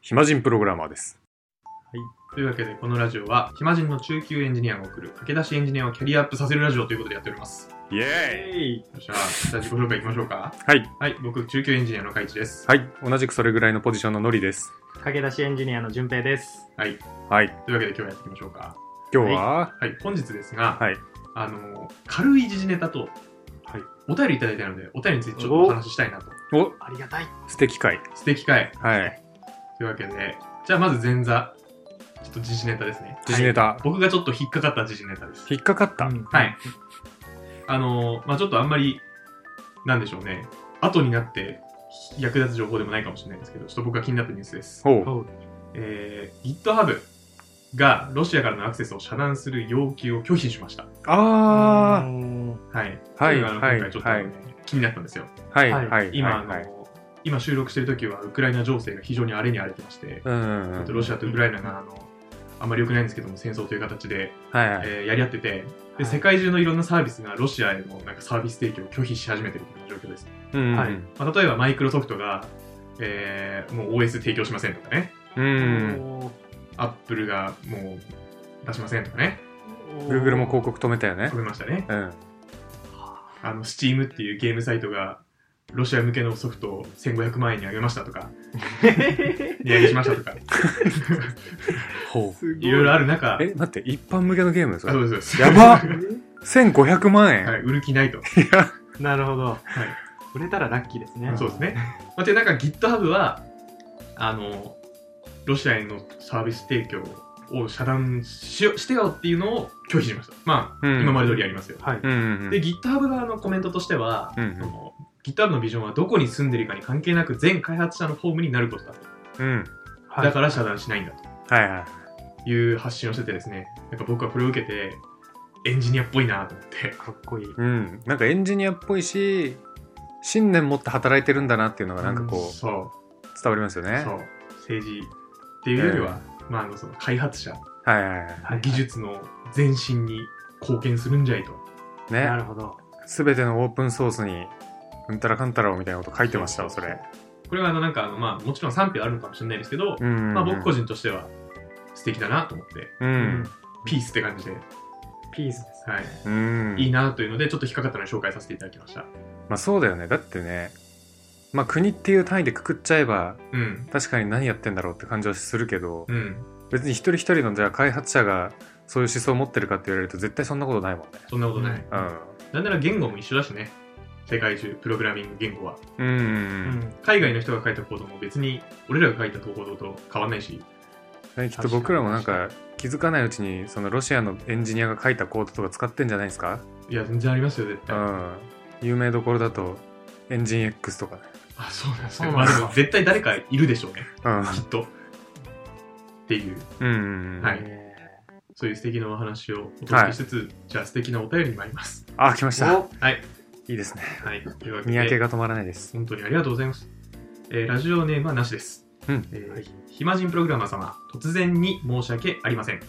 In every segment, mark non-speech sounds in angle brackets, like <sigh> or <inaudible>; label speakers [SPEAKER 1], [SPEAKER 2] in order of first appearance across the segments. [SPEAKER 1] 暇人プログラマーです。
[SPEAKER 2] というわけで、このラジオは、暇人の中級エンジニアが送る、駆け出しエンジニアをキャリアアップさせるラジオということでやっております。よ
[SPEAKER 1] イエーイ
[SPEAKER 2] っしゃ、じゃあ自己紹介いきましょうか。
[SPEAKER 1] はい。
[SPEAKER 2] はい、僕、中級エンジニアの海地です。
[SPEAKER 1] はい。同じくそれぐらいのポジションのノリです。
[SPEAKER 3] 駆け出しエンジニアの順平です。
[SPEAKER 2] はい、
[SPEAKER 1] はい。
[SPEAKER 2] というわけで今日はやっていきましょうか。
[SPEAKER 1] 今日は、
[SPEAKER 2] はい、本日ですが、
[SPEAKER 1] はい。
[SPEAKER 2] あの、軽い時事ネタと、はい、お便りいただいたので、お便りについてちょっとお話ししたいなと。
[SPEAKER 1] お、
[SPEAKER 3] ありがたい。
[SPEAKER 1] 素敵会。
[SPEAKER 2] 素敵かい。
[SPEAKER 1] はい。
[SPEAKER 2] というわけで、じゃあまず前座、ちょっと時事ネタですね。
[SPEAKER 1] 時事ネ
[SPEAKER 2] はい
[SPEAKER 1] タ、
[SPEAKER 2] 僕がちょっと引っかかった時事ネタです。
[SPEAKER 1] 引っかかった。
[SPEAKER 3] うん
[SPEAKER 2] はい。あのーまあちょっとあんまり、なんでしょうね、後になって役立つ情報でもないかもしれないですけど、ちょっと僕が気になったニュースです。
[SPEAKER 1] ほう。
[SPEAKER 3] おう
[SPEAKER 2] えー、GitHub がロシアからのアクセスを遮断する要求を拒否しました。
[SPEAKER 1] あ
[SPEAKER 2] はい。
[SPEAKER 1] は
[SPEAKER 2] と
[SPEAKER 1] いう
[SPEAKER 2] のが
[SPEAKER 1] はい
[SPEAKER 2] 今回ちょっとね、
[SPEAKER 1] はい
[SPEAKER 2] 気になったんですよ。
[SPEAKER 1] ー。はい。は。
[SPEAKER 3] はいい
[SPEAKER 1] はい。
[SPEAKER 2] 今、
[SPEAKER 1] は
[SPEAKER 2] あ
[SPEAKER 1] い。
[SPEAKER 2] のー今収録してる時はウクライナ情勢が非常に荒れに荒れてまして、
[SPEAKER 1] うんうんうん。
[SPEAKER 2] ロシアとウクライナがあのあんまり良くないんですけども戦争という形で、
[SPEAKER 1] はいはい。
[SPEAKER 2] えーやり合ってて
[SPEAKER 3] は
[SPEAKER 2] で
[SPEAKER 3] い
[SPEAKER 2] 世界中のいろんなサービスがロシアへのなんかサービス提供を拒否し始めてるみたいな状況です、
[SPEAKER 1] うんうん。
[SPEAKER 3] はい
[SPEAKER 2] まあ、例えばマイクロソフトが、えーもう OS 提供しませんとかね
[SPEAKER 1] うん。
[SPEAKER 2] アップルがもう出しませんとかね
[SPEAKER 1] Google も広告止めたよね
[SPEAKER 2] 止。めましたね
[SPEAKER 1] うん。
[SPEAKER 2] あの Steam っていうゲームサイトがロシア向けのソフトを1500万円に上げましたとか
[SPEAKER 1] <laughs>
[SPEAKER 2] 値上げしましたとか
[SPEAKER 1] ほう。
[SPEAKER 2] いろいろあ
[SPEAKER 3] る。
[SPEAKER 2] る中あ
[SPEAKER 1] え、待って、一般向けのゲームそ
[SPEAKER 2] そ
[SPEAKER 1] れ。
[SPEAKER 2] うですそう
[SPEAKER 1] や
[SPEAKER 2] です
[SPEAKER 1] ば1500万
[SPEAKER 2] <laughs> は
[SPEAKER 1] 円。
[SPEAKER 2] い、売る気ないと
[SPEAKER 1] いや。
[SPEAKER 3] <laughs> なるほど。売れたらラッキーですね。
[SPEAKER 2] そうですね。まあ、で、なんか GitHub は、あの、ロシアへのサービス提供を遮断しよしてよっていうのを拒否しました。ま
[SPEAKER 1] う
[SPEAKER 2] あ、
[SPEAKER 1] ん
[SPEAKER 2] 今まで通りやりますよ。
[SPEAKER 3] はい。
[SPEAKER 1] うんうんうん。
[SPEAKER 2] で、GitHub 側のコメントとしては、
[SPEAKER 1] うん
[SPEAKER 2] その GitHub のビジョンはどこに住んでるかに関係なく全開発者のホームになることだと。
[SPEAKER 1] うん。うん。
[SPEAKER 3] はい
[SPEAKER 2] だから遮断しないんだ
[SPEAKER 1] はいはい。
[SPEAKER 2] という発信をしててですね、なんか僕はこれを受けて、エンジニアっぽいなと思って、
[SPEAKER 3] かっこいい。
[SPEAKER 1] うん、なんかエンジニアっぽいし信念持って働いてるんだなっていうのがなんかこう
[SPEAKER 2] そう、
[SPEAKER 1] 伝わりますよね。
[SPEAKER 2] そう、政治っていうよりは、まあ、あの、その開発者
[SPEAKER 1] はいはいは
[SPEAKER 3] はい
[SPEAKER 2] 技術の前進に貢献するんじゃいと。
[SPEAKER 1] い。
[SPEAKER 3] な
[SPEAKER 1] ね
[SPEAKER 3] る、ほど。
[SPEAKER 1] すべてのオープンソースにうんたらかんたらをみたいなこと書いてましたわそれ。
[SPEAKER 2] これはあのなんかあの、まあ、もちろん賛否はあるのかもしれないですけど、
[SPEAKER 1] うんうんうん
[SPEAKER 2] まあ、僕個人としては素敵だなと思って、
[SPEAKER 1] うん、
[SPEAKER 2] ピースって感じで、
[SPEAKER 3] ピースです。
[SPEAKER 2] はい
[SPEAKER 1] うん、
[SPEAKER 2] いいなというので、ちょっと引っかかったので紹介させていただきました。
[SPEAKER 1] まあそうだよね。だってね、まあ国っていう単位でくくっちゃえば
[SPEAKER 2] うん、
[SPEAKER 1] 確かに何やってんだろうって感じはするけど、
[SPEAKER 2] うん、
[SPEAKER 1] 別に一人一人のじゃあ開発者がそういう思想を持ってるかって言われると絶対そんなことないもんね。
[SPEAKER 2] そんなことない。なんなら言語も一緒だしね、世界中、プログラミング言語は。
[SPEAKER 1] うん、うん、う。
[SPEAKER 3] うんん。
[SPEAKER 2] 海外の人が書いたコードも別に、俺らが書いたコードと変わんないし、
[SPEAKER 1] ねきっと僕らもなんか気づかないうちにそのロシアのエンジニアが書いたコードとか使ってんじゃないですか、
[SPEAKER 2] いや、全然ありますよ、絶対。
[SPEAKER 1] うん、有名どころだとエンジン X とかね、
[SPEAKER 2] あ、そうなんです
[SPEAKER 3] そ
[SPEAKER 2] ね。
[SPEAKER 3] う
[SPEAKER 2] ま
[SPEAKER 3] なん
[SPEAKER 2] あ
[SPEAKER 3] だ
[SPEAKER 2] でも、絶対誰かいるでしょうね、きっと。っていう。
[SPEAKER 1] うん、うんうん
[SPEAKER 2] はい
[SPEAKER 3] え
[SPEAKER 2] そういう素敵なお話をお届けしつつ、じゃあ素敵なお便りに参ります。
[SPEAKER 1] あ来まし
[SPEAKER 3] ー
[SPEAKER 1] た
[SPEAKER 3] お
[SPEAKER 2] はい。
[SPEAKER 1] いいですね
[SPEAKER 2] はい。というわけ
[SPEAKER 1] 見分け
[SPEAKER 2] で、
[SPEAKER 1] が止まらないです
[SPEAKER 2] 本当にありがとうございます。えーラジオネームはなしです。
[SPEAKER 1] うん
[SPEAKER 2] えー
[SPEAKER 3] はい
[SPEAKER 2] 暇人プログラマー様、突然に申し訳ありません。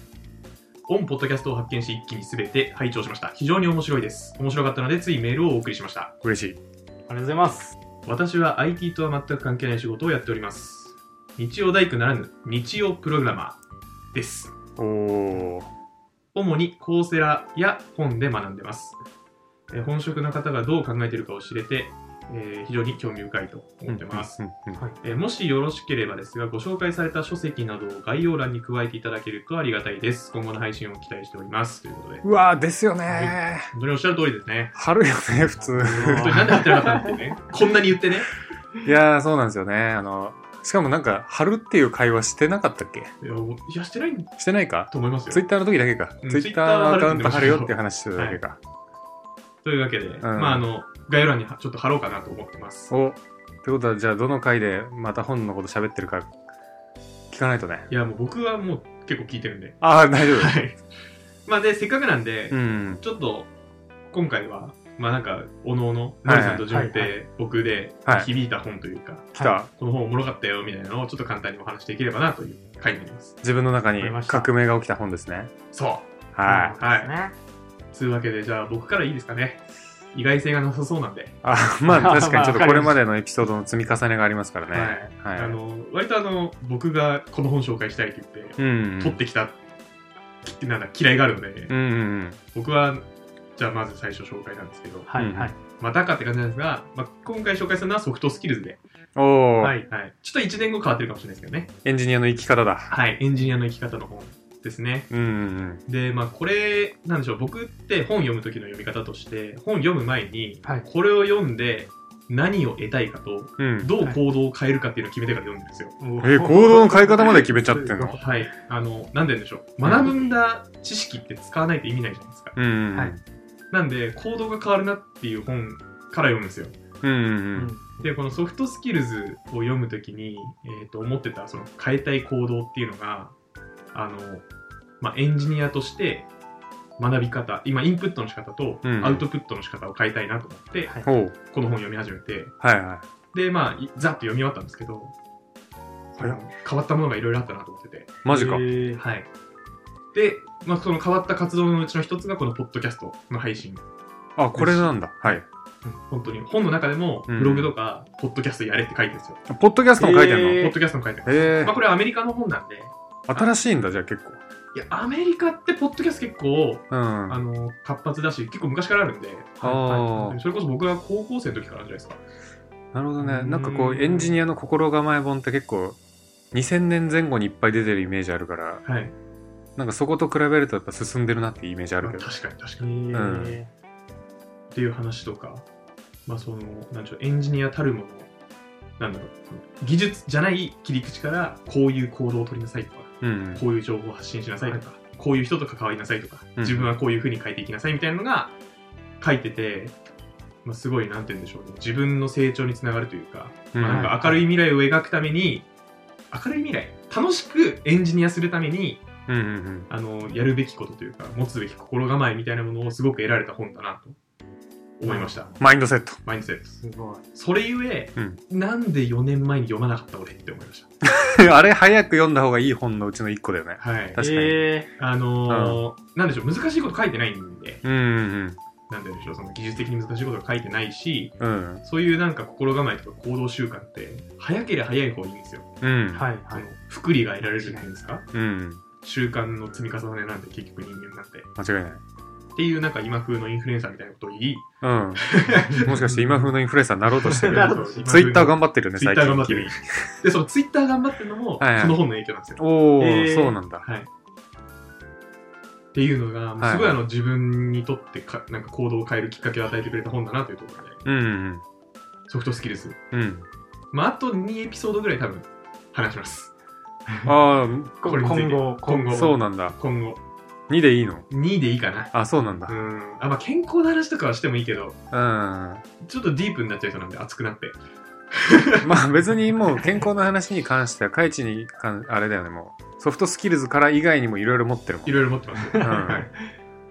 [SPEAKER 2] オンポッドキャストを発見し、一気にすべて拝聴しました。非常に面白いです。面白かったので、ついメールをお送りしました。
[SPEAKER 1] 嬉しい
[SPEAKER 3] ありがとうございます。
[SPEAKER 2] 私は IT とは全く関係ない仕事をやっております。日曜大工ならぬ、日曜プログラマーです。
[SPEAKER 1] おお
[SPEAKER 2] 主にコーセラや本で学んでます。えー本職の方がどう考えているかを知れて、えー非常に興味深いと思ってます、えーもしよろしければですが、ご紹介された書籍などを概要欄に加えていただけるとありがたいです。今後の配信を期待しております。ということで、
[SPEAKER 1] うわーですよねー、
[SPEAKER 2] は本当におっしゃる通りですね。
[SPEAKER 1] 春よね普
[SPEAKER 2] <laughs>
[SPEAKER 1] 通
[SPEAKER 2] 本当になんで貼ってなかったんですね。こんなに言ってね。
[SPEAKER 1] いやーそうなんですよねあのしかもなんか春っていう会話してなかったっけ
[SPEAKER 2] いや、もういやしてない
[SPEAKER 1] してないか
[SPEAKER 2] と思います
[SPEAKER 1] ツイ
[SPEAKER 2] よ
[SPEAKER 1] ッ。ターの時だけか、
[SPEAKER 2] うん
[SPEAKER 1] ツイッターのアカウント貼るよっていう
[SPEAKER 2] ツイッターは
[SPEAKER 1] 話してただけか、
[SPEAKER 2] というわけで、まあ、あの、概要欄にちょっと貼ろうかなと思ってます。
[SPEAKER 1] おってことはじゃあどの回でまた本のこと喋ってるか聞かないとね
[SPEAKER 2] いや、もう僕はもう結構聞いてるんで。
[SPEAKER 1] ああ大丈夫
[SPEAKER 2] はい。まあ、で、せっかくなんで、
[SPEAKER 1] うん
[SPEAKER 2] ちょっと今回は、まあなんか、おのおの、ナルさんと順平、
[SPEAKER 3] はい
[SPEAKER 2] 僕で
[SPEAKER 1] はい
[SPEAKER 2] 響いた本というか、
[SPEAKER 1] 来た、
[SPEAKER 3] は
[SPEAKER 2] この本おもろかったよみたいなのをちょっと簡単にお話しできればなという回になります。
[SPEAKER 1] 自分の中に
[SPEAKER 3] わかりました。
[SPEAKER 1] 革命が起きた本ですね
[SPEAKER 2] そ
[SPEAKER 1] は
[SPEAKER 2] う。はいい。
[SPEAKER 3] ね。
[SPEAKER 2] つうわけで、じゃあ僕からいいですかね。
[SPEAKER 3] は
[SPEAKER 2] 意外性がなさそうなんで、
[SPEAKER 1] あ、 <laughs> まあ確かにちょっと
[SPEAKER 3] まあ
[SPEAKER 1] これまでのエピソードの積み重ねがありますから
[SPEAKER 2] は
[SPEAKER 1] ね。
[SPEAKER 2] い
[SPEAKER 1] はい。
[SPEAKER 2] あの割とあの僕がこの本紹介したいって言って、
[SPEAKER 1] うんうん。
[SPEAKER 2] 取ってきたきなんだ嫌いがあるので、
[SPEAKER 1] うんうんうん。
[SPEAKER 2] 僕はじゃあまず最初紹介なんですけど、
[SPEAKER 3] はいはい。
[SPEAKER 2] またかって感じなんですが、まあ、今回紹介するのはソフトスキルズで、
[SPEAKER 1] おお、
[SPEAKER 3] はい。
[SPEAKER 2] はい、ちょっと1年後変わってるかもしれないですけどね、
[SPEAKER 1] エンジニアの生き方だ。
[SPEAKER 2] はい、エンジニアの生き方の本ですね。
[SPEAKER 1] うんうん
[SPEAKER 2] で、まあ、これ、なんでしょう、僕って本読む時の読み方として、本読む前に、
[SPEAKER 3] はい。
[SPEAKER 2] これを読んで何を得たいかと、
[SPEAKER 1] うん。うん。
[SPEAKER 2] どう行動を変えるかっていうのを決めてから読むんですよ。
[SPEAKER 1] えー行動の変え方まで決めちゃってんの
[SPEAKER 2] はい。あの、なんで言うんでしょう。学んだ知識って使わないと意味ないじゃないですか。
[SPEAKER 1] うんうんうん。
[SPEAKER 3] はい
[SPEAKER 2] なんで、行動が変わるなっていう本から読むんですよ。
[SPEAKER 1] うんうん
[SPEAKER 3] う
[SPEAKER 1] うん。
[SPEAKER 3] ん
[SPEAKER 2] で、このソフトスキルズを読むときに、えっ、と、思ってた、その変えたい行動っていうのが、あの、まあ、エンジニアとして学び方、今、インプットの仕方と
[SPEAKER 1] うん
[SPEAKER 2] アウトプットの仕方を変えたいなと思って、
[SPEAKER 3] はい
[SPEAKER 1] ほう。
[SPEAKER 2] この本読み始めて、
[SPEAKER 1] はいは
[SPEAKER 2] で、まあ、いざっと読み終わったんですけど、
[SPEAKER 1] 早っ
[SPEAKER 2] 変わったものがいろいろあったなと思ってて。
[SPEAKER 1] い。マジか。
[SPEAKER 3] え
[SPEAKER 1] うん
[SPEAKER 3] ー
[SPEAKER 2] はい。で、まあ、その変わった活動のうちの一つが、このポッドキャストの配信。
[SPEAKER 1] あ、これなんだ。はい。
[SPEAKER 2] 本当に、本の中でも、
[SPEAKER 1] うん
[SPEAKER 2] ブログとか、ポッドキャストやれって書いてるんですよ。
[SPEAKER 1] ポッドキャストも書いてんの
[SPEAKER 3] へ
[SPEAKER 1] へ
[SPEAKER 3] え
[SPEAKER 2] ポッドキャストも書いてる。
[SPEAKER 1] え
[SPEAKER 2] <laughs> まあ、。これはアメリカの本なんで、い
[SPEAKER 1] 新しいんだ、じゃあ結構。
[SPEAKER 2] や、アメリカってポッドキャスト結構、
[SPEAKER 1] うん。
[SPEAKER 2] あの、活発だし、結構昔からあるんで、
[SPEAKER 1] あー
[SPEAKER 2] はいそれこそ僕が高校生の時からあるじゃないですか。
[SPEAKER 1] なるほどね。
[SPEAKER 2] うん
[SPEAKER 1] なんかこう、エンジニアの心構え本って結構、2000年前後にいっぱい出てるイメージあるから、
[SPEAKER 2] はい。
[SPEAKER 1] なんかそこと比べるとやっぱ進んでるなっていうイメージあるけど。
[SPEAKER 2] 確かに確か
[SPEAKER 3] え
[SPEAKER 2] に。
[SPEAKER 3] ー
[SPEAKER 2] っていう話とか、まあ、その、なんでしょう、エンジニアたるもの、なんだろう、その技術じゃない切り口から、こういう行動を取りなさいとか、
[SPEAKER 1] うん。
[SPEAKER 2] こういう情報を発信しなさいとか、こういう人と関わりなさいとか、
[SPEAKER 1] うん
[SPEAKER 2] 自分はこういうふうに変えていきなさいみたいなのが書いてて、まあ、すごい、なんて言うんでしょうね、自分の成長につながるというか、
[SPEAKER 1] うん
[SPEAKER 2] まあ、なんか明るい未来を描くために、明るい未来、楽しくエンジニアするために、
[SPEAKER 1] うんうん
[SPEAKER 2] あの、やるべきことというか、持つべき心構えみたいなものをすごく得られた本だなと思いました。
[SPEAKER 1] マインドセット。 <laughs>
[SPEAKER 2] マインドセット。
[SPEAKER 3] すごい。
[SPEAKER 2] それゆえ、
[SPEAKER 1] うん
[SPEAKER 2] なんで4年前に読まなかった俺って思いました。
[SPEAKER 1] あれ早く読んだ方がいい本のうちの1個だよね。
[SPEAKER 2] はい。
[SPEAKER 1] 確かに
[SPEAKER 3] え
[SPEAKER 2] あのーなんでしょう、難しいこと書いてないんで、
[SPEAKER 1] うんうん
[SPEAKER 2] なんででしょう、その技術的に難しいことが書いてないし、
[SPEAKER 1] うん。うん。
[SPEAKER 2] そういうなんか心構えとか行動習慣って、早ければ早い方がいいんですよ。
[SPEAKER 1] うん。
[SPEAKER 3] ーはい
[SPEAKER 2] あ
[SPEAKER 3] は
[SPEAKER 2] の
[SPEAKER 3] い。
[SPEAKER 2] 福利が得られるっていうんですか
[SPEAKER 1] うん。
[SPEAKER 2] 習慣の積み重ねなんで結局人間なんて。っ
[SPEAKER 1] 間違いない。
[SPEAKER 2] ていうなんか今風のインフルエンサーみたいなことを言
[SPEAKER 1] <laughs>
[SPEAKER 2] い、
[SPEAKER 1] うん。もしかして今風のインフルエンサーになろうとして
[SPEAKER 2] <laughs>
[SPEAKER 3] なる
[SPEAKER 1] る。
[SPEAKER 3] ほど
[SPEAKER 1] ツイッター頑
[SPEAKER 2] 張
[SPEAKER 1] 張ってるね、
[SPEAKER 2] ツイ
[SPEAKER 1] 最
[SPEAKER 2] ッター頑張
[SPEAKER 1] 近
[SPEAKER 2] ってる
[SPEAKER 1] 君。。
[SPEAKER 2] で、そのツイッター頑張ってるのも、こ
[SPEAKER 1] はいはい
[SPEAKER 2] の本の影響なんですよ。
[SPEAKER 1] お
[SPEAKER 3] え
[SPEAKER 1] ー、
[SPEAKER 3] ー
[SPEAKER 1] そうなんだ。
[SPEAKER 2] はい。っていうのが、
[SPEAKER 1] はい
[SPEAKER 2] すごいあの自分にとってかなんか行動を変えるきっかけを与えてくれた本だなというところで、
[SPEAKER 1] うんうん
[SPEAKER 2] ソフトスキルズ。
[SPEAKER 1] うん。うん。
[SPEAKER 2] まあ、あと2エピソードぐらい多分話します。
[SPEAKER 1] あ
[SPEAKER 2] <laughs> これについて
[SPEAKER 3] 今後、
[SPEAKER 2] 今
[SPEAKER 1] あ、
[SPEAKER 2] 後、
[SPEAKER 1] そうなんだ。
[SPEAKER 2] 今後、
[SPEAKER 1] 2でいいの
[SPEAKER 2] 2でいいかな。
[SPEAKER 1] あ、そうなんだ
[SPEAKER 2] う。ん。あ、まあ、健康の話とかはしてもいいけど、
[SPEAKER 1] うん。
[SPEAKER 2] ちょっとディープになっちゃいそうなんで、熱くなって。
[SPEAKER 1] <laughs> まあ別にもう健康の話に関しては、カイチに関、あれだよね、もう。ソフトスキルズから以外にもいろいろ持ってるもん
[SPEAKER 2] い。ろいろ持ってます。
[SPEAKER 1] ん
[SPEAKER 2] はい。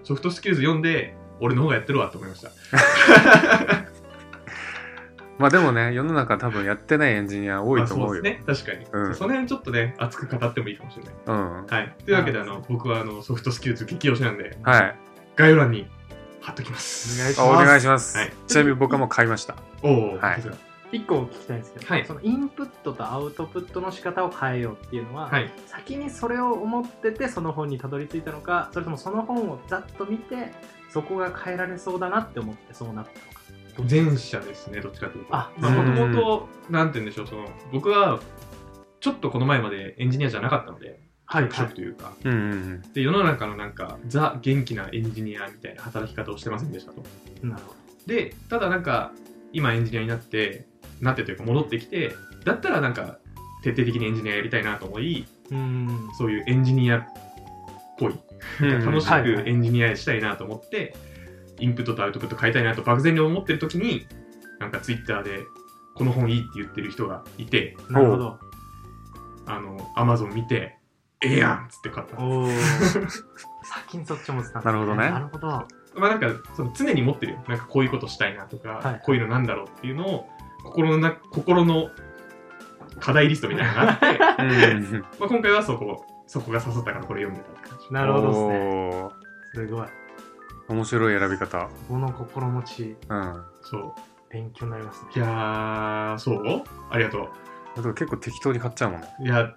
[SPEAKER 2] ソフトスキルズ読んで、俺の方がやってるわと思いました。
[SPEAKER 1] まあでもね、世の中多分やってないエンジニア多いと思うよ。
[SPEAKER 2] まあそうですね、確かに。
[SPEAKER 1] うん
[SPEAKER 2] その辺ちょっとね、熱く語ってもいいかもしれない。
[SPEAKER 1] うん。
[SPEAKER 2] はい。というわけで、あの、僕はあのソフトスキルズ激推しなんで、
[SPEAKER 1] はい。
[SPEAKER 2] 概要欄に貼っときます。
[SPEAKER 3] お願いし
[SPEAKER 1] あ
[SPEAKER 3] ます
[SPEAKER 1] お願いします、
[SPEAKER 2] はい
[SPEAKER 1] ちなみに僕はもう買いました。
[SPEAKER 2] おお、
[SPEAKER 1] はい
[SPEAKER 2] さすが
[SPEAKER 3] 一個聞きたいんですけど、
[SPEAKER 2] はい
[SPEAKER 3] そのインプットとアウトプットの仕方を変えようっていうのは、
[SPEAKER 2] はい。
[SPEAKER 3] 先にそれを思っててその本にたどり着いたのかそれともその本をざっと見てそこが変えられそうだなって思ってそうなったのか
[SPEAKER 2] 前者ですね、どっちかというと。
[SPEAKER 3] あ
[SPEAKER 2] まあ、
[SPEAKER 1] そう
[SPEAKER 2] も
[SPEAKER 1] な
[SPEAKER 2] と
[SPEAKER 1] んだ
[SPEAKER 2] もと、なんて言うんでしょう、その、僕は、ちょっとこの前までエンジニアじゃなかったので、
[SPEAKER 3] はい
[SPEAKER 2] ショックというか、
[SPEAKER 1] うんうん
[SPEAKER 2] で、世の中のなんか、ザ・元気なエンジニアみたいな働き方をしてませんでしたと。
[SPEAKER 3] なるほ
[SPEAKER 2] で、ただなんか、今エンジニアになって、なってというか戻ってきて、だったらなんか、徹底的にエンジニアやりたいなと思い、
[SPEAKER 3] どうん
[SPEAKER 2] そういうエンジニアっぽい
[SPEAKER 1] うん。うんうん
[SPEAKER 2] 楽し
[SPEAKER 3] はい
[SPEAKER 2] くエンジニアしたいなと思って、インプットとアウトプット変えたいなと漠然に思ってる時に、なんかツイッターで、この本いいって言ってる人がいて、
[SPEAKER 3] なるほど
[SPEAKER 2] あの、アマゾン見て、ええやんっつって買った。
[SPEAKER 3] おお <laughs> 先にそっちも伝わった
[SPEAKER 1] なるほどね
[SPEAKER 3] なるほど
[SPEAKER 2] まあなんか、その常に持ってるよ。なんかこういうことしたいなとか、
[SPEAKER 3] はい
[SPEAKER 2] こういうのなんだろうっていうのを、心のな、心の課題リストみたいなのがあって、
[SPEAKER 1] <laughs> うんうんうん
[SPEAKER 2] まあ今回はそこ、そこが刺さったからこれ読んでたって感じ。
[SPEAKER 3] なるほどですね
[SPEAKER 1] おー
[SPEAKER 3] すごい
[SPEAKER 1] 面白い選び方。
[SPEAKER 3] そこの心持ち、
[SPEAKER 1] うん。あ
[SPEAKER 2] そう。
[SPEAKER 3] 勉強になりますね。
[SPEAKER 2] いやー、そうありがと
[SPEAKER 1] と結構適当に買っちゃうもんね。
[SPEAKER 2] う。いや、
[SPEAKER 3] うん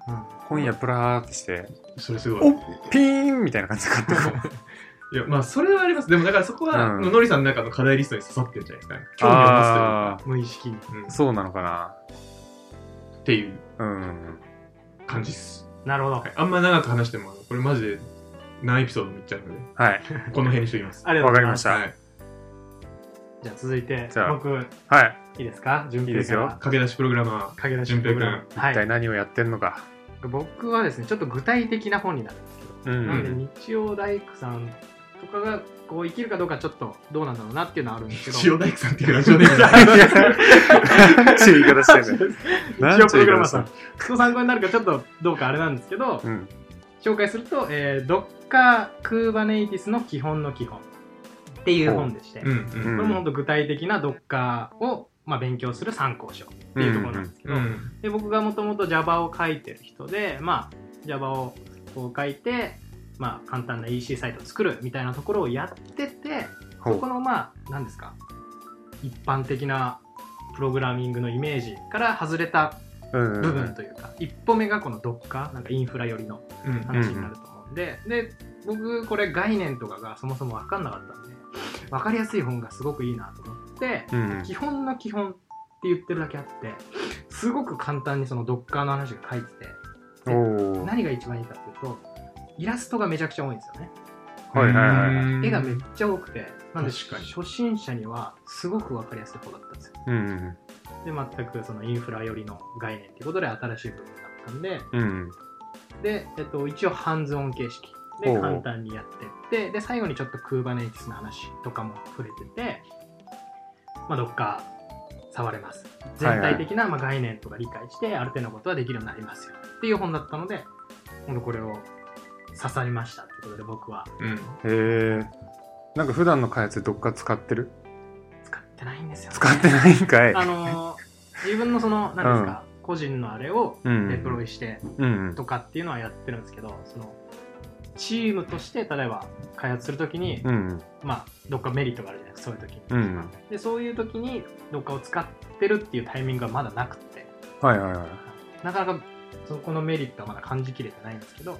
[SPEAKER 1] 本屋プラーってして、
[SPEAKER 2] それすごい。
[SPEAKER 1] おピーンみたいな感じで買ってくる。
[SPEAKER 2] いや、まあ、それはあります。でも、だからそこは、
[SPEAKER 1] うん
[SPEAKER 2] のりさんの中の課題リストに刺さってるんじゃないです <laughs> か。興
[SPEAKER 1] あ
[SPEAKER 3] 無意識に。
[SPEAKER 2] 味を持つというか、
[SPEAKER 1] そうなのか
[SPEAKER 2] うん、っていう
[SPEAKER 1] な。うん。
[SPEAKER 2] 感じです。
[SPEAKER 3] なるほど
[SPEAKER 2] は。い。あんま長く話しても、これマジで何エピソードもいっちゃうので、
[SPEAKER 1] はい。
[SPEAKER 2] この辺にしときます。
[SPEAKER 3] ありがとうござ
[SPEAKER 1] わかり
[SPEAKER 3] いま
[SPEAKER 1] まし
[SPEAKER 3] す。
[SPEAKER 1] た
[SPEAKER 2] はい。
[SPEAKER 3] じゃあ続いて
[SPEAKER 1] じゃ、あ
[SPEAKER 3] 僕、
[SPEAKER 1] はい。
[SPEAKER 3] いいですか順
[SPEAKER 1] いい
[SPEAKER 3] 平
[SPEAKER 1] です
[SPEAKER 3] か
[SPEAKER 1] よ
[SPEAKER 3] ら。
[SPEAKER 2] 駆け出しプログラマ
[SPEAKER 3] 影出し
[SPEAKER 2] 順平君
[SPEAKER 1] 一
[SPEAKER 3] は
[SPEAKER 1] 体
[SPEAKER 3] い。
[SPEAKER 1] 何をやってんのか。
[SPEAKER 3] 僕はですね、ちょっと具体的な本になるんですけど、
[SPEAKER 1] う
[SPEAKER 3] なんで
[SPEAKER 1] ん。
[SPEAKER 3] 日曜大工さんとかがこう生きるかどうかちょっとどうなんだろうなっていうのはあるんですけ
[SPEAKER 2] ー。
[SPEAKER 3] ど
[SPEAKER 2] 塩大工さんっていうラジオネームだ
[SPEAKER 1] なんちゅう言い方してんね
[SPEAKER 3] 一応プログラマーさ
[SPEAKER 1] なん
[SPEAKER 3] んご参考になるかちょっとどうかあれなんですけど
[SPEAKER 1] うん。
[SPEAKER 3] 紹介すると、えー、Docker Kubernetes の基本の基本っていう本でして、
[SPEAKER 2] うんう。
[SPEAKER 1] うん
[SPEAKER 3] これも本当具体的な Docker を、まあ、勉強する参考書っていうところなんですけど、
[SPEAKER 2] うん。
[SPEAKER 3] で僕がもともと Java を書いてる人で、まあ、Java をこう書いて、まあ、簡単な EC サイトを作るみたいなところをやってて
[SPEAKER 1] ほ
[SPEAKER 3] そこ
[SPEAKER 1] う。
[SPEAKER 3] のまあ何ですか一般的なプログラミングのイメージから外れた
[SPEAKER 1] うんうんう
[SPEAKER 3] 部分
[SPEAKER 1] ん。
[SPEAKER 3] というか、一歩目がこの Docker なんかインフラ寄りの
[SPEAKER 2] うん。
[SPEAKER 3] 話になると思うんで、で僕これ概念とかがそもそも分かんなかったんで分かりやすい本がすごくいいなと思って、
[SPEAKER 1] うん
[SPEAKER 3] 基本の基本って言ってるだけあってすごく簡単にその Docker の話が書いてて
[SPEAKER 1] おおー。
[SPEAKER 3] 何が一番いいかっていうとイラストがめちゃくちゃ多いんですよね
[SPEAKER 1] はいはいはいはい。
[SPEAKER 2] うん
[SPEAKER 3] 絵がめっちゃ多くてなんで
[SPEAKER 2] 確かに
[SPEAKER 3] 初心者にはすごく分かりやすい方だったんですよ
[SPEAKER 1] うん
[SPEAKER 3] で全くそのインフラ寄りの概念っていうことで新しい部分だったんで
[SPEAKER 1] うん。うん。
[SPEAKER 3] で、えっと、一応ハンズオン形式
[SPEAKER 1] おうお
[SPEAKER 3] で
[SPEAKER 1] う
[SPEAKER 3] 簡単にやってってで最後にちょっと Kubernetes の話とかも触れてて、まあ、どっか触れます全体的なまあ概念とか理解してある程度のことはできるようになりますよっていう本だったのでほんとこれを刺さりましたってことで僕は
[SPEAKER 2] う
[SPEAKER 1] へ
[SPEAKER 2] ん。
[SPEAKER 1] え。なんか普段の開発でどっか使ってる
[SPEAKER 3] 使ってないんですよ、ね、
[SPEAKER 1] 使ってないんかい。
[SPEAKER 3] あのー自分のその何ですか、個人のあれを
[SPEAKER 1] うん
[SPEAKER 3] デプロイして、
[SPEAKER 1] うん。
[SPEAKER 3] とかっていうのはやってるんですけどそのチームとして例えば開発するときに、
[SPEAKER 1] うん。
[SPEAKER 3] まあどっかメリットがあるじゃないですかそういう時に、
[SPEAKER 1] うん
[SPEAKER 3] でそういう時にどっかを使ってるっていうタイミングがまだなくって
[SPEAKER 1] はいはいはい。
[SPEAKER 3] なかなかそこのメリットはまだ感じきれてないんですけど、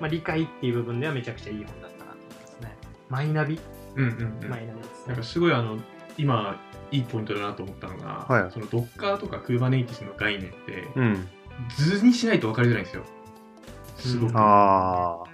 [SPEAKER 3] まあ、理解っていう部分ではめちゃくちゃいい本だったなと思いますねマイナビ、
[SPEAKER 2] うんうんうん
[SPEAKER 3] マ。イナビで
[SPEAKER 2] な
[SPEAKER 3] す
[SPEAKER 2] ん
[SPEAKER 3] ね
[SPEAKER 2] かすごいあの今いいポイントだなと思ったのが、
[SPEAKER 1] はい
[SPEAKER 2] その Docker とか Kubernetes の概念って
[SPEAKER 1] うん。
[SPEAKER 2] 図にしないと分かりづらいんですよ。すごく。
[SPEAKER 1] あ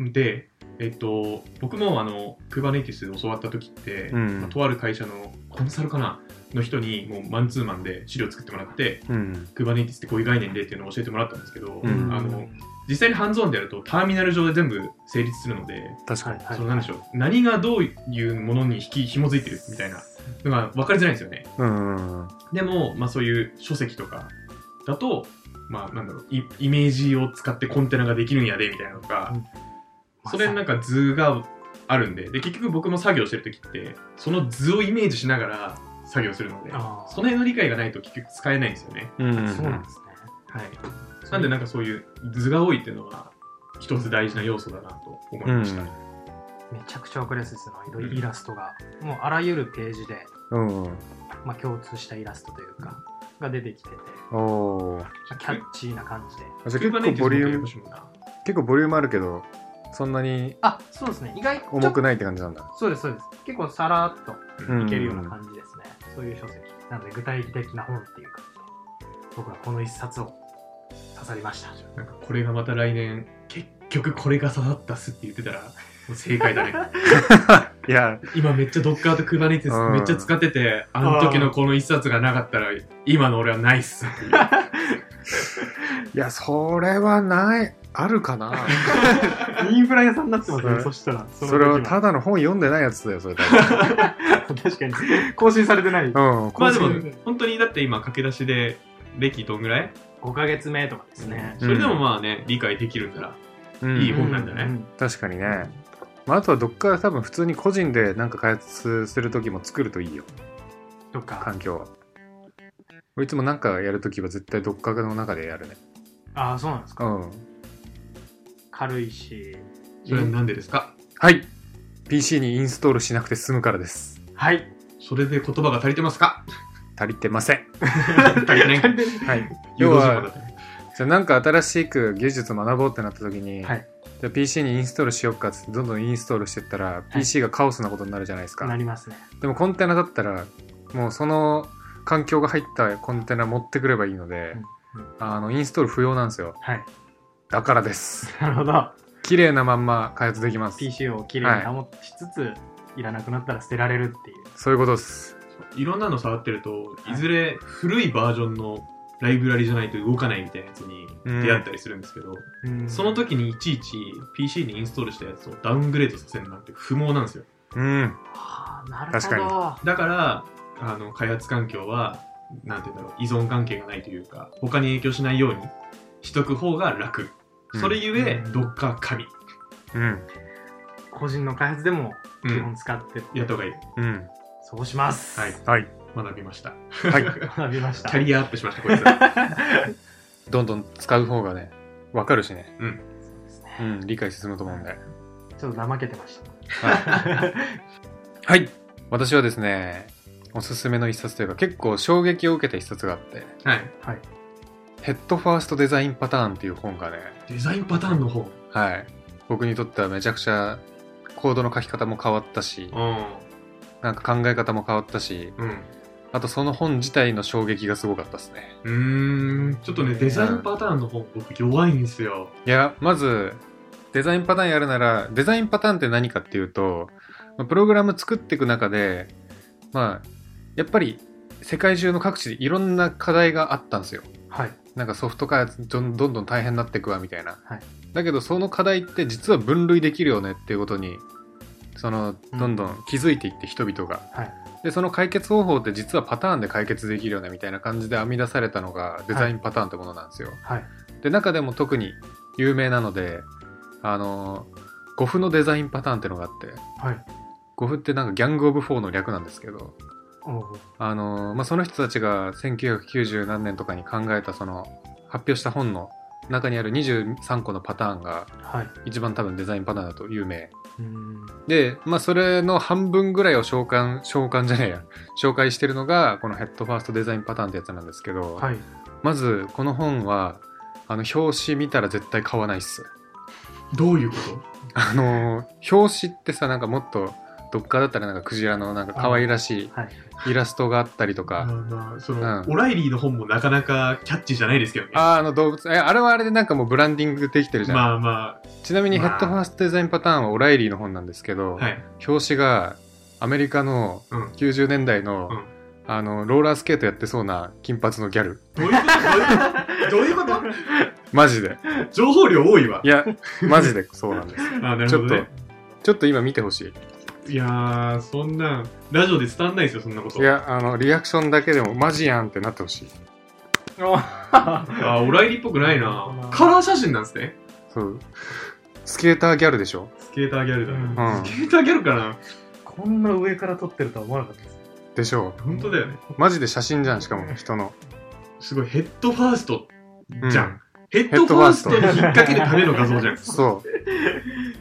[SPEAKER 2] で、えっと、僕もあの Kubernetes で教わった時って、
[SPEAKER 1] うん
[SPEAKER 2] まあとある会社のコンサルかなの人にもうマンツーマンで資料作ってもらって
[SPEAKER 1] あ。うん。
[SPEAKER 2] Kubernetes ってこういう概念でっていうのを教えてもらったんですけど、
[SPEAKER 1] うん
[SPEAKER 2] あの実際にハンズオンでやるとターミナル上で全部成立するので、
[SPEAKER 1] 確か
[SPEAKER 3] は
[SPEAKER 1] に
[SPEAKER 3] い。はい
[SPEAKER 2] その何でしょう何がどういうものに引き紐づいてるみたいなのが分かりづらいんですよね。
[SPEAKER 1] うん。うん
[SPEAKER 2] でも、まあそういう書籍とかだと、まあなんだろう、イイメージを使ってコンテナができるんやで、みたいなのとか、
[SPEAKER 3] うん
[SPEAKER 2] それになんか図があるんで、で、結局僕も作業してる時って、その図をイメージしながら作業するので、その
[SPEAKER 3] あー
[SPEAKER 2] 辺の理解がないと結局使えないんですよね。
[SPEAKER 1] うん。
[SPEAKER 3] そうなんです
[SPEAKER 2] は
[SPEAKER 3] ね
[SPEAKER 2] い。なんでなんかそういう図が多いっていうのは、一つ大事な要素だなと思いました。
[SPEAKER 3] めちゃくちゃ分かりやすいですよいろいろイラストが、もうあらゆるページで
[SPEAKER 1] うん。うん。
[SPEAKER 3] まあ、共通したイラストというか、が出てきてて、
[SPEAKER 1] おー。
[SPEAKER 3] まあキャッチーな感じで。
[SPEAKER 1] あじゃあ結構ボリューム、
[SPEAKER 2] ムな。
[SPEAKER 1] 結構ボリュームあるけど、そんなに
[SPEAKER 3] あ、そうですね。意外
[SPEAKER 1] 重く
[SPEAKER 3] な
[SPEAKER 1] な
[SPEAKER 3] い
[SPEAKER 1] いって感じなんだ。
[SPEAKER 3] そうです、そうです。結構さらっと
[SPEAKER 1] うん
[SPEAKER 3] いけるような感じですね。そういう書籍。なので、具体的な本っていう感じで、僕はこの一冊を刺さりました。
[SPEAKER 2] なんかこれがまた来年、結局これが刺さったっすって言ってたら、もう正解だね。 <laughs>
[SPEAKER 1] いや、
[SPEAKER 2] 今めっちゃ Docker と Kubernetes
[SPEAKER 1] うん
[SPEAKER 2] めっちゃ使ってて、あの時のこの一冊がなかったら、今の俺はないっすっていう。
[SPEAKER 1] いや、それはない、ある
[SPEAKER 2] <laughs>
[SPEAKER 1] かな。
[SPEAKER 3] <laughs> インフラ屋さんになってます
[SPEAKER 1] そ
[SPEAKER 3] ね、
[SPEAKER 1] れ
[SPEAKER 3] そしたら。
[SPEAKER 1] それはた
[SPEAKER 3] だ、
[SPEAKER 1] だの本読んでないやつだよ、それ多分。
[SPEAKER 3] 確かに。更新されてない。
[SPEAKER 1] う
[SPEAKER 2] <laughs>
[SPEAKER 1] ん。
[SPEAKER 2] ま
[SPEAKER 1] こ
[SPEAKER 2] あ
[SPEAKER 1] う
[SPEAKER 2] ですも
[SPEAKER 1] る、
[SPEAKER 2] 本当にだって今駆け出しで、歴どんぐらい、
[SPEAKER 3] 5ヶ月目とかですね。
[SPEAKER 2] それでもまあね、理解できるんなら。
[SPEAKER 1] うん
[SPEAKER 2] いい本なんだね
[SPEAKER 3] う
[SPEAKER 1] 確かにね。まあ、あとはどっから多分普通に個人でなんか開発するときも作るといいよ。
[SPEAKER 3] とか、
[SPEAKER 1] 環境は。俺いつもなんかやるときは絶対どっかの中でやるね。
[SPEAKER 3] ああ、そうなんですか。
[SPEAKER 1] うん。
[SPEAKER 3] 軽いし、
[SPEAKER 2] それはなんでですか
[SPEAKER 1] はい。 PC にインストールしなくて済むからです。
[SPEAKER 3] はい。
[SPEAKER 2] それで言葉が足りてます <laughs> か
[SPEAKER 1] 足りてません。
[SPEAKER 2] 足
[SPEAKER 3] <laughs>
[SPEAKER 2] りてないか。
[SPEAKER 1] はい。
[SPEAKER 2] 誘
[SPEAKER 1] 要
[SPEAKER 2] 導尋問だ
[SPEAKER 1] は、
[SPEAKER 2] ったね
[SPEAKER 1] じゃあなんか新しく技術学ぼうってなった時に、
[SPEAKER 3] はい
[SPEAKER 1] じゃあ PC にインストールしよっかっつってどんどんインストールしてったら、
[SPEAKER 3] い
[SPEAKER 1] PC がカオスなことになるじゃないですか。
[SPEAKER 3] なりますね。
[SPEAKER 1] でもコンテナだったら、もうその環境が入ったコンテナ持ってくればいいので、
[SPEAKER 3] うんう
[SPEAKER 1] あの、インストール不要なんですよ。
[SPEAKER 3] はい。
[SPEAKER 1] だからです。
[SPEAKER 3] なるほど。
[SPEAKER 1] 綺麗なまんま開発できます。
[SPEAKER 3] PC をきれいに保ちつつ、い、らなくなったら捨てられるっていう。
[SPEAKER 1] そういうことです。
[SPEAKER 2] いろんなの触ってると、
[SPEAKER 3] はい
[SPEAKER 2] いずれ古いバージョンのライブラリじゃないと動かないみたいなやつに出会ったりするんですけど、
[SPEAKER 3] うん
[SPEAKER 2] その時にいちいち PC にインストールしたやつをダウングレードさせるなんて不毛なんですよ。
[SPEAKER 1] うん。
[SPEAKER 3] はあなるほど。
[SPEAKER 1] 確かに
[SPEAKER 2] だから、あの、開発環境は、なんて言うんだろう、依存関係がないというか、他に影響しないようにしとく方が楽。それゆえ
[SPEAKER 3] う、ん
[SPEAKER 2] どっか神。
[SPEAKER 1] うん。
[SPEAKER 3] 個人の開発でも
[SPEAKER 2] う
[SPEAKER 3] 基
[SPEAKER 2] ん
[SPEAKER 3] 本。使って、
[SPEAKER 2] やった方がいい。
[SPEAKER 1] うん。
[SPEAKER 3] そうします。
[SPEAKER 2] はい。
[SPEAKER 1] はい。
[SPEAKER 2] 学びました。
[SPEAKER 1] はい。 <laughs>
[SPEAKER 3] 学びまし
[SPEAKER 2] <laughs>
[SPEAKER 3] た。
[SPEAKER 2] キャリアアップしました、こいつ。
[SPEAKER 1] どんどん使う方がね、わかるしね。
[SPEAKER 3] です
[SPEAKER 1] う
[SPEAKER 3] ね
[SPEAKER 1] ん。理解進むと思うんで。
[SPEAKER 3] ちょっと怠けてまし
[SPEAKER 1] はい。はい。私はですね、おすすめの一冊というか、結構衝撃を受けた一冊があって、
[SPEAKER 2] はい。
[SPEAKER 3] た。はい。
[SPEAKER 1] ヘッドファーストデザインパターンっていう本がね、
[SPEAKER 2] デザインパターンの方。うん。
[SPEAKER 1] はい。僕にとってはめちゃくちゃコードの書き方も変わったし、なんか考え方も変わったし、
[SPEAKER 2] うん。
[SPEAKER 1] あとその本自体の衝撃がすごかったですね。
[SPEAKER 2] うーん。ちょっとね、デザインパターンの方、僕弱いんですよ。
[SPEAKER 1] いや、まず、デザインパターンやるなら、デザインパターンって何かっていうと、まあプログラム作っていく中で、まあ、やっぱり世界中の各地でいろんな課題があったんですよ。
[SPEAKER 3] はい。
[SPEAKER 1] なんかソフト開発どんどんどん大変になっていくわみたいな、
[SPEAKER 3] はい
[SPEAKER 1] だけどその課題って実は分類できるよねっていうことにその
[SPEAKER 3] うん
[SPEAKER 1] どんどん気づいていって人々が、
[SPEAKER 3] はい
[SPEAKER 1] でその解決方法って実はパターンで解決できるよねみたいな感じで編み出されたのがデザインパターンってものなんですよ、
[SPEAKER 3] はい。
[SPEAKER 1] で中でも特に有名なのであのゴフのデザインパターンってのがあって
[SPEAKER 3] はい。
[SPEAKER 1] ゴフってなんかギャング・オブ・フォーの略なんですけど
[SPEAKER 3] おう
[SPEAKER 1] あのまあ、その人たちが1990何年とかに考えたその発表した本の中にある23個のパターンが
[SPEAKER 3] はい。
[SPEAKER 1] 一番多分デザインパターンだと有名
[SPEAKER 3] うーん。
[SPEAKER 1] で、まあ、それの半分ぐらいを召喚召喚じゃねえや紹介してるのがこのヘッドファーストデザインパターンってやつなんですけど、
[SPEAKER 3] はい。
[SPEAKER 1] まずこの本はあの表紙見たら絶対買わないっす
[SPEAKER 2] どういうこ
[SPEAKER 1] あの表紙ってさなんかもっとどっかだったらなんかクジラのなんか可愛らし
[SPEAKER 3] はい。
[SPEAKER 1] いイラストがあったりと
[SPEAKER 2] と
[SPEAKER 1] か、
[SPEAKER 2] まあ、その、
[SPEAKER 1] うん
[SPEAKER 2] オライリーの本もなかなかキャッチーじゃないですけどね。
[SPEAKER 1] あーあの動物えあれはあれでなんかもうブランディングできてるじゃん、
[SPEAKER 2] まあま
[SPEAKER 1] ちなみにヘ
[SPEAKER 2] まあ
[SPEAKER 1] ッドファーストデザインパターンはオライリーの本なんですけ
[SPEAKER 2] あ、
[SPEAKER 1] ど、
[SPEAKER 2] はい。
[SPEAKER 1] 表紙がアメリカの
[SPEAKER 2] うん
[SPEAKER 1] 90年代の、
[SPEAKER 2] うん
[SPEAKER 1] あのローラースケートやってそうな金髪のギャル
[SPEAKER 2] どういうことどういうことどういうこ
[SPEAKER 1] マジで
[SPEAKER 2] と情報量多いわ
[SPEAKER 1] い。やマジでそうなんです
[SPEAKER 2] あ <laughs> なる
[SPEAKER 1] ち
[SPEAKER 2] ほ
[SPEAKER 1] ょ
[SPEAKER 2] ど
[SPEAKER 1] っと
[SPEAKER 2] ね。
[SPEAKER 1] ちょっと今見てほし
[SPEAKER 2] いやー、そんなん、ラジオで伝わんないですよ、そんなこと。
[SPEAKER 1] いいやあのリアクションだけでもマジやんってなってほしい
[SPEAKER 2] あー、オライリーっぽくないな。カラー写真なんですね。
[SPEAKER 1] そうスケーターギャルでしょ
[SPEAKER 2] スケーターギャルだ
[SPEAKER 3] <laughs> うん
[SPEAKER 2] な。
[SPEAKER 1] うん
[SPEAKER 2] スケーターギャルかな
[SPEAKER 3] こんな上から撮ってるとは思わなかったです。
[SPEAKER 1] でしょ
[SPEAKER 2] 本当だよね。
[SPEAKER 1] うマジで写真じゃんしかも人の、
[SPEAKER 2] すごい、ヘッドファースト
[SPEAKER 1] う
[SPEAKER 2] じゃん。ヘッドファーストに引っ掛けるための画像じゃん。
[SPEAKER 1] そ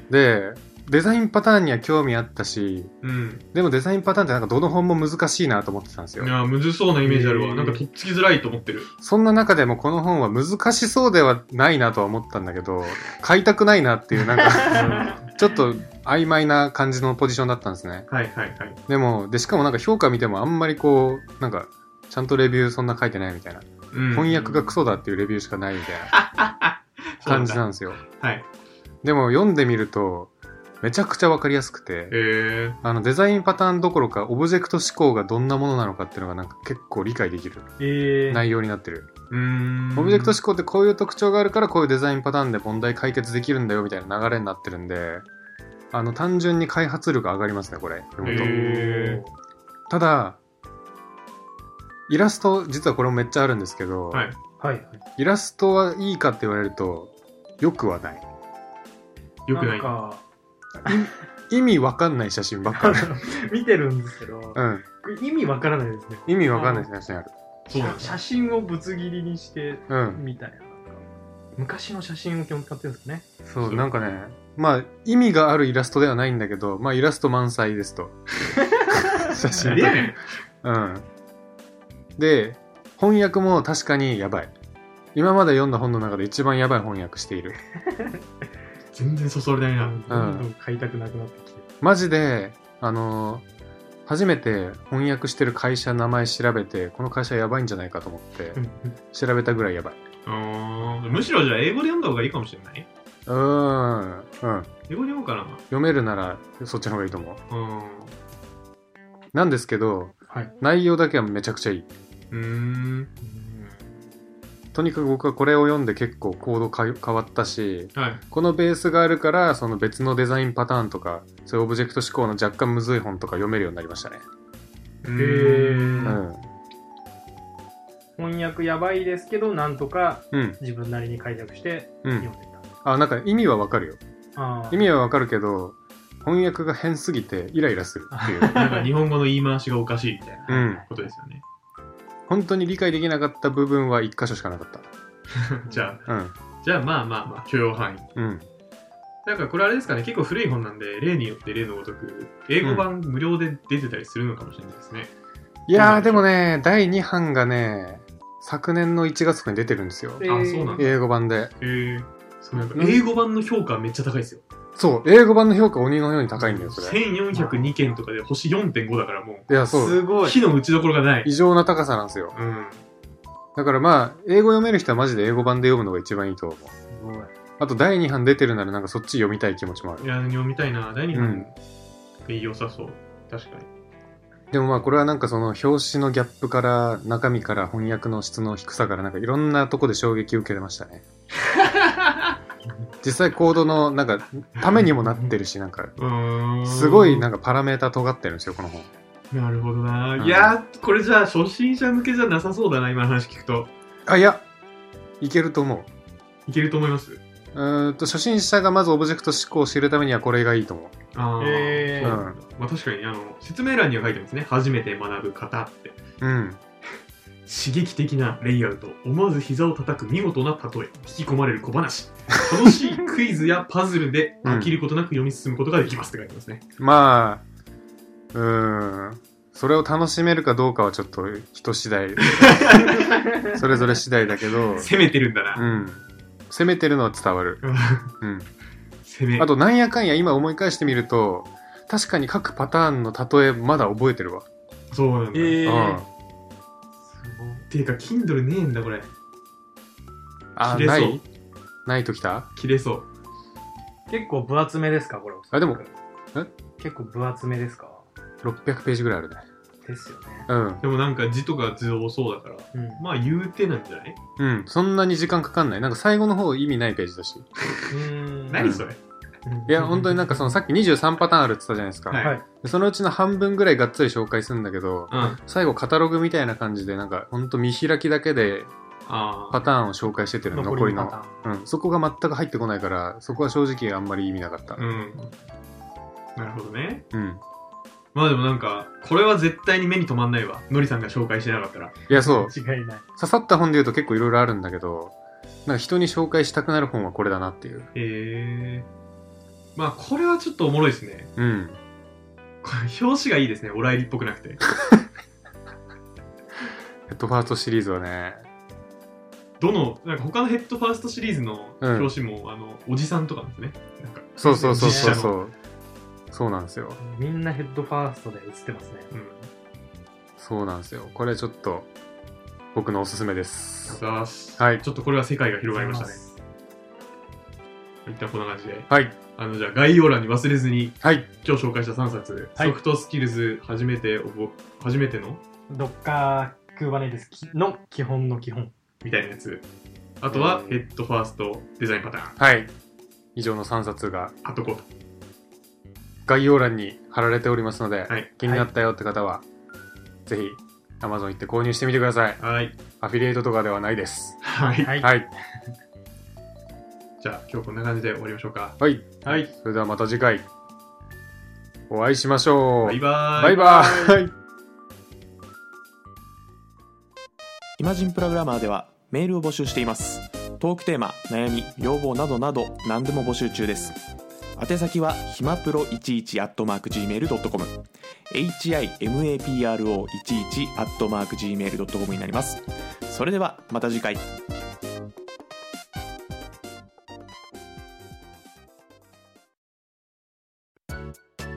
[SPEAKER 1] うでデザインパターンには興味あったし
[SPEAKER 2] うん。
[SPEAKER 1] でもデザインパターンってなんかどの本も難しいなと思ってたんです
[SPEAKER 2] い
[SPEAKER 1] よ。
[SPEAKER 2] やー、むずそうなイメージある
[SPEAKER 3] へ
[SPEAKER 2] わ。
[SPEAKER 3] ー
[SPEAKER 2] なんか、とっつきづらいと思ってる。
[SPEAKER 1] そんな中でもこの本は難しそうではないなとは思ったんだけど、買いたくないなっていうなん
[SPEAKER 2] <laughs> う
[SPEAKER 1] か、
[SPEAKER 2] んは
[SPEAKER 1] ちょっと曖昧な感じのポジションだったんですね
[SPEAKER 2] い。はいはい。
[SPEAKER 1] でも、で、しかもなんか評価見てもあんまりこう、なんか、ちゃんとレビューそんな書いてないみたいな。
[SPEAKER 2] うん
[SPEAKER 1] 翻訳がクソだっていうレビューしかないみたい
[SPEAKER 2] <laughs>
[SPEAKER 1] な
[SPEAKER 2] そうな
[SPEAKER 1] 感
[SPEAKER 2] ん
[SPEAKER 1] じ
[SPEAKER 2] だ
[SPEAKER 1] なんですよ。
[SPEAKER 2] はい。
[SPEAKER 1] でも読んでみると、めちゃくちゃわかりやすくて、
[SPEAKER 2] え
[SPEAKER 1] あのデザインパターンどころかオブジェクト思考がどんなものなのかっていうのがなんか結構理解できる
[SPEAKER 3] ええ
[SPEAKER 1] 内容になってる、
[SPEAKER 2] ー。うーん。
[SPEAKER 1] オブジェクト思考ってこういう特徴があるからこういうデザインパターンで問題解決できるんだよみたいな流れになってるんであの単純に開発力上がりますねこれ読むと
[SPEAKER 2] へえ
[SPEAKER 1] ただイラスト実はこれもめっちゃあるんですけど、
[SPEAKER 2] はい。
[SPEAKER 3] はいはい。
[SPEAKER 1] イラストはいいかって言われるとよくはない
[SPEAKER 2] よくない。
[SPEAKER 3] んか、 <laughs>
[SPEAKER 1] 意味わかんない写真ばっ
[SPEAKER 2] <laughs>
[SPEAKER 1] かり
[SPEAKER 3] 見てるんですけど
[SPEAKER 1] う、ん
[SPEAKER 3] 意味わからないですね。
[SPEAKER 1] 意味わかんない写真ある
[SPEAKER 2] そうなんだ
[SPEAKER 3] 写真をぶつ切りにして
[SPEAKER 1] うん
[SPEAKER 3] みたいな。なんか昔の写真を基本使ってるんですかね。
[SPEAKER 1] そう
[SPEAKER 2] そう
[SPEAKER 1] なんかねまあ、意味があるイラストではないんだけど、まあ、イラスト満載ですと。写真
[SPEAKER 2] 何やねん
[SPEAKER 1] うん。で、翻訳も確かにやばい。今まで読んだ本の中で一番やばい翻訳している。
[SPEAKER 2] 全然そそりないな。
[SPEAKER 3] どんどん買いたくなくなってきて
[SPEAKER 1] マジで、あのー初めて翻訳してる会社名前調べて、この会社やばいんじゃないかと思って、調べたぐらいやばい。
[SPEAKER 2] うんむしろじゃあ英語で読んだ方がいいかもしれないう
[SPEAKER 1] ーん、うん。
[SPEAKER 2] 英語で読もうかな。
[SPEAKER 1] 読めるならそっちの方がいいと思う。
[SPEAKER 2] うん。
[SPEAKER 1] なんですけど、
[SPEAKER 3] はい
[SPEAKER 1] 内容だけはめちゃくちゃいい。
[SPEAKER 2] うーん。
[SPEAKER 1] とにかく僕はこれを読んで結構コードか変わったし、
[SPEAKER 2] はい。
[SPEAKER 1] このベースがあるから、その別のデザインパターンとか、そういうオブジェクト思考の若干むずい本とか読めるようになりましたね。
[SPEAKER 2] へ
[SPEAKER 1] う
[SPEAKER 3] ー
[SPEAKER 1] ん。
[SPEAKER 3] 翻訳やばいですけどなんとか
[SPEAKER 1] うん。
[SPEAKER 3] 自分なりに解釈して
[SPEAKER 1] うん。
[SPEAKER 3] 読んでた、
[SPEAKER 1] あ、なんか意味はわかるよ。
[SPEAKER 3] あー
[SPEAKER 1] 意味はわかるけど、翻訳が変すぎてイライラするっていう。 <laughs>
[SPEAKER 2] なんか日本語の言い回しがおかしいみたい
[SPEAKER 1] う
[SPEAKER 2] な
[SPEAKER 1] ん。
[SPEAKER 2] ことですよね。
[SPEAKER 1] 本当に理解できなかった部分は一箇所しかなかっ
[SPEAKER 2] じゃ
[SPEAKER 1] た。うん。
[SPEAKER 2] あ、じゃあまあまあまあ、許容範囲。
[SPEAKER 1] うん。
[SPEAKER 2] なんかこれあれですかね、結構古い本なんで、例によって例のごとく、英語版無料で出てたりするのかもしれないですね。
[SPEAKER 1] いやー、でもね、第2版がね、昨年の1月とかに出てるんですよ。
[SPEAKER 3] えー
[SPEAKER 2] あ、そうなんだ。へ
[SPEAKER 1] 英語版で。
[SPEAKER 2] え。そうなんか英語版の評価めっちゃ高いですよ。
[SPEAKER 1] そう、英語版の評価鬼のように高いんだよ、それ。
[SPEAKER 2] 1402件とかで星4.5だからも
[SPEAKER 1] いや、そう。
[SPEAKER 3] すご
[SPEAKER 2] う、
[SPEAKER 3] い
[SPEAKER 2] 火の打ちどころがない。
[SPEAKER 1] 異常な高さなんですよ。
[SPEAKER 2] うん。
[SPEAKER 1] だからまあ、英語読める人はマジで英語版で読むのが一番いいと思う。
[SPEAKER 3] すごい
[SPEAKER 1] あと第2版出てるならなんかそっち読みたい気持ちもある
[SPEAKER 2] い。や、読みたいな。第2
[SPEAKER 1] うん
[SPEAKER 2] 版で良さそう。確かに。
[SPEAKER 1] でもまあこれはなんかその表紙のギャップから中身から翻訳の質の低さからなんかいろんなとこで衝撃を受けてま
[SPEAKER 2] <laughs>
[SPEAKER 1] したね。実際コードのなんかためにもなってるしなんか
[SPEAKER 2] うーん。
[SPEAKER 1] すごいなんかパラメータ尖ってるんですよこの本。
[SPEAKER 2] なるほどな、
[SPEAKER 1] うん
[SPEAKER 2] いやーこれじゃあ初心者向けじゃなさそうだな今の話聞くと
[SPEAKER 1] あいやいけると思う。
[SPEAKER 2] いけると思います
[SPEAKER 1] うーんと初心者がまずオブジェクト思考を知るためにはこれがいいと思う。
[SPEAKER 2] あー
[SPEAKER 3] へー
[SPEAKER 2] そうなんだまあ、確かにあの説明欄には書いてますね初めて学ぶ方って
[SPEAKER 1] うん。
[SPEAKER 2] 刺激的なレイアウト思わず膝を叩く見事な例え引き込まれる小
[SPEAKER 1] <laughs>
[SPEAKER 2] 話楽しいクイズやパズルで
[SPEAKER 1] うん
[SPEAKER 2] 飽きることなく読み進むことができますって書いてますね、
[SPEAKER 1] まあ、うーん。それを楽しめるかどうかはちょっと人次
[SPEAKER 2] <laughs>
[SPEAKER 1] 第、それぞれ次第だけど、
[SPEAKER 2] 攻めてるんだ
[SPEAKER 1] う
[SPEAKER 2] な、
[SPEAKER 1] ん。攻めてるのは伝わる。うん。
[SPEAKER 2] 攻め
[SPEAKER 1] あと、なんやかんや今思い返してみると、確かに各パターンの例えまだ覚えてるわ。
[SPEAKER 2] そうなんだ、
[SPEAKER 3] え
[SPEAKER 1] うん
[SPEAKER 3] ー。
[SPEAKER 2] っていうか Kindle ねえんだこれ
[SPEAKER 1] あ、
[SPEAKER 2] 切れ
[SPEAKER 1] な
[SPEAKER 2] そう
[SPEAKER 1] いないときた
[SPEAKER 2] 切れそう
[SPEAKER 3] 結構分厚めですかこれ
[SPEAKER 1] あでもえ
[SPEAKER 3] 結構分厚めですか
[SPEAKER 1] ?600 ページぐらいあるね。
[SPEAKER 3] ですよね
[SPEAKER 1] うん。
[SPEAKER 2] でもなんか字とか図多そうだから
[SPEAKER 3] うん
[SPEAKER 2] まあ言うてなんじゃない
[SPEAKER 1] うん。そんなに時間かかんない。なんか最後の方意味ないページだし。
[SPEAKER 3] うん
[SPEAKER 2] 何それ、
[SPEAKER 1] いや、本当になんかそのさっき23パターンあるって言ったじゃないですか。
[SPEAKER 2] はい
[SPEAKER 3] はい
[SPEAKER 1] でそのうちの半分ぐらいがっつり紹介するんだけど、
[SPEAKER 2] うんあ
[SPEAKER 1] 最後カタログみたいな感じでなんかほんと見開きだけで
[SPEAKER 2] あ
[SPEAKER 1] パターンを紹介してってるの残りの
[SPEAKER 3] パターン
[SPEAKER 1] うん、そこが全く入ってこないからそこは正直あんまり意味なかった、
[SPEAKER 2] うん。なるほどね。
[SPEAKER 1] うん、
[SPEAKER 2] まあでもなんか、これは絶対に目に留まんないわ。のりさんが紹介してなかったら。
[SPEAKER 1] いやそう
[SPEAKER 3] 違いない
[SPEAKER 1] 刺さった本で言うと結構いろいろあるんだけどなんか人に紹介したくなる本はこれだなっていう
[SPEAKER 2] へえ。まあこれはちょっとおもろいですね。 <laughs>
[SPEAKER 1] うん
[SPEAKER 2] これ表紙がいいですね。おライリっぽくなくて。
[SPEAKER 1] ヘッドファーストシリーズはね
[SPEAKER 2] どの、なんか他のヘッドファーストシリーズの表紙も、あの、おじさんとかなんですね。なんか、
[SPEAKER 1] そうそうそうそう
[SPEAKER 2] 実写
[SPEAKER 1] そ
[SPEAKER 2] の
[SPEAKER 1] うそうなんですよ
[SPEAKER 3] みんなヘッドファーストで映ってますね
[SPEAKER 2] うん。
[SPEAKER 1] そうなんですよこれちょっと僕のおすすめで
[SPEAKER 2] ありがとう
[SPEAKER 1] す
[SPEAKER 2] ございます。
[SPEAKER 1] はい
[SPEAKER 2] ちょっとこれは世界が広がりましたね。
[SPEAKER 3] ね
[SPEAKER 2] 一旦こんな感じで。
[SPEAKER 1] はい
[SPEAKER 2] あの、じゃあ概要欄に忘れずに、
[SPEAKER 1] はい
[SPEAKER 2] 今日紹介した3冊、
[SPEAKER 3] はい
[SPEAKER 2] ソフトスキルズ、初めておぼ、初めての
[SPEAKER 3] ドッカークーバネイテスの基本の基本
[SPEAKER 2] みたいなやつ。あとは
[SPEAKER 1] う、ん
[SPEAKER 2] ヘッドファーストデザインパターン。
[SPEAKER 1] はい以上の3冊が
[SPEAKER 2] あとこ
[SPEAKER 1] 概要欄に貼られておりますので、
[SPEAKER 2] はい
[SPEAKER 1] 気になったよって方は、ぜひ Amazon 行って購入してみてください。
[SPEAKER 2] う。はい。
[SPEAKER 1] アフィリエイトとかではないです。
[SPEAKER 2] はい。
[SPEAKER 3] はい
[SPEAKER 1] はい。
[SPEAKER 2] じゃあ、今日こんな感じで終わりましょうか。
[SPEAKER 1] はい。
[SPEAKER 2] はい。
[SPEAKER 1] それではまた次回、お会いしましょう。
[SPEAKER 2] バイバーイ。
[SPEAKER 1] バイバーイ。
[SPEAKER 4] イマジンプログラマーではメールを募集していますトークテーマ悩み要望などなど何でも募集中です宛先はひまプロ11アットマーク Gmail.com himapro11 アットマーク Gmail.com になりますそれではまた次回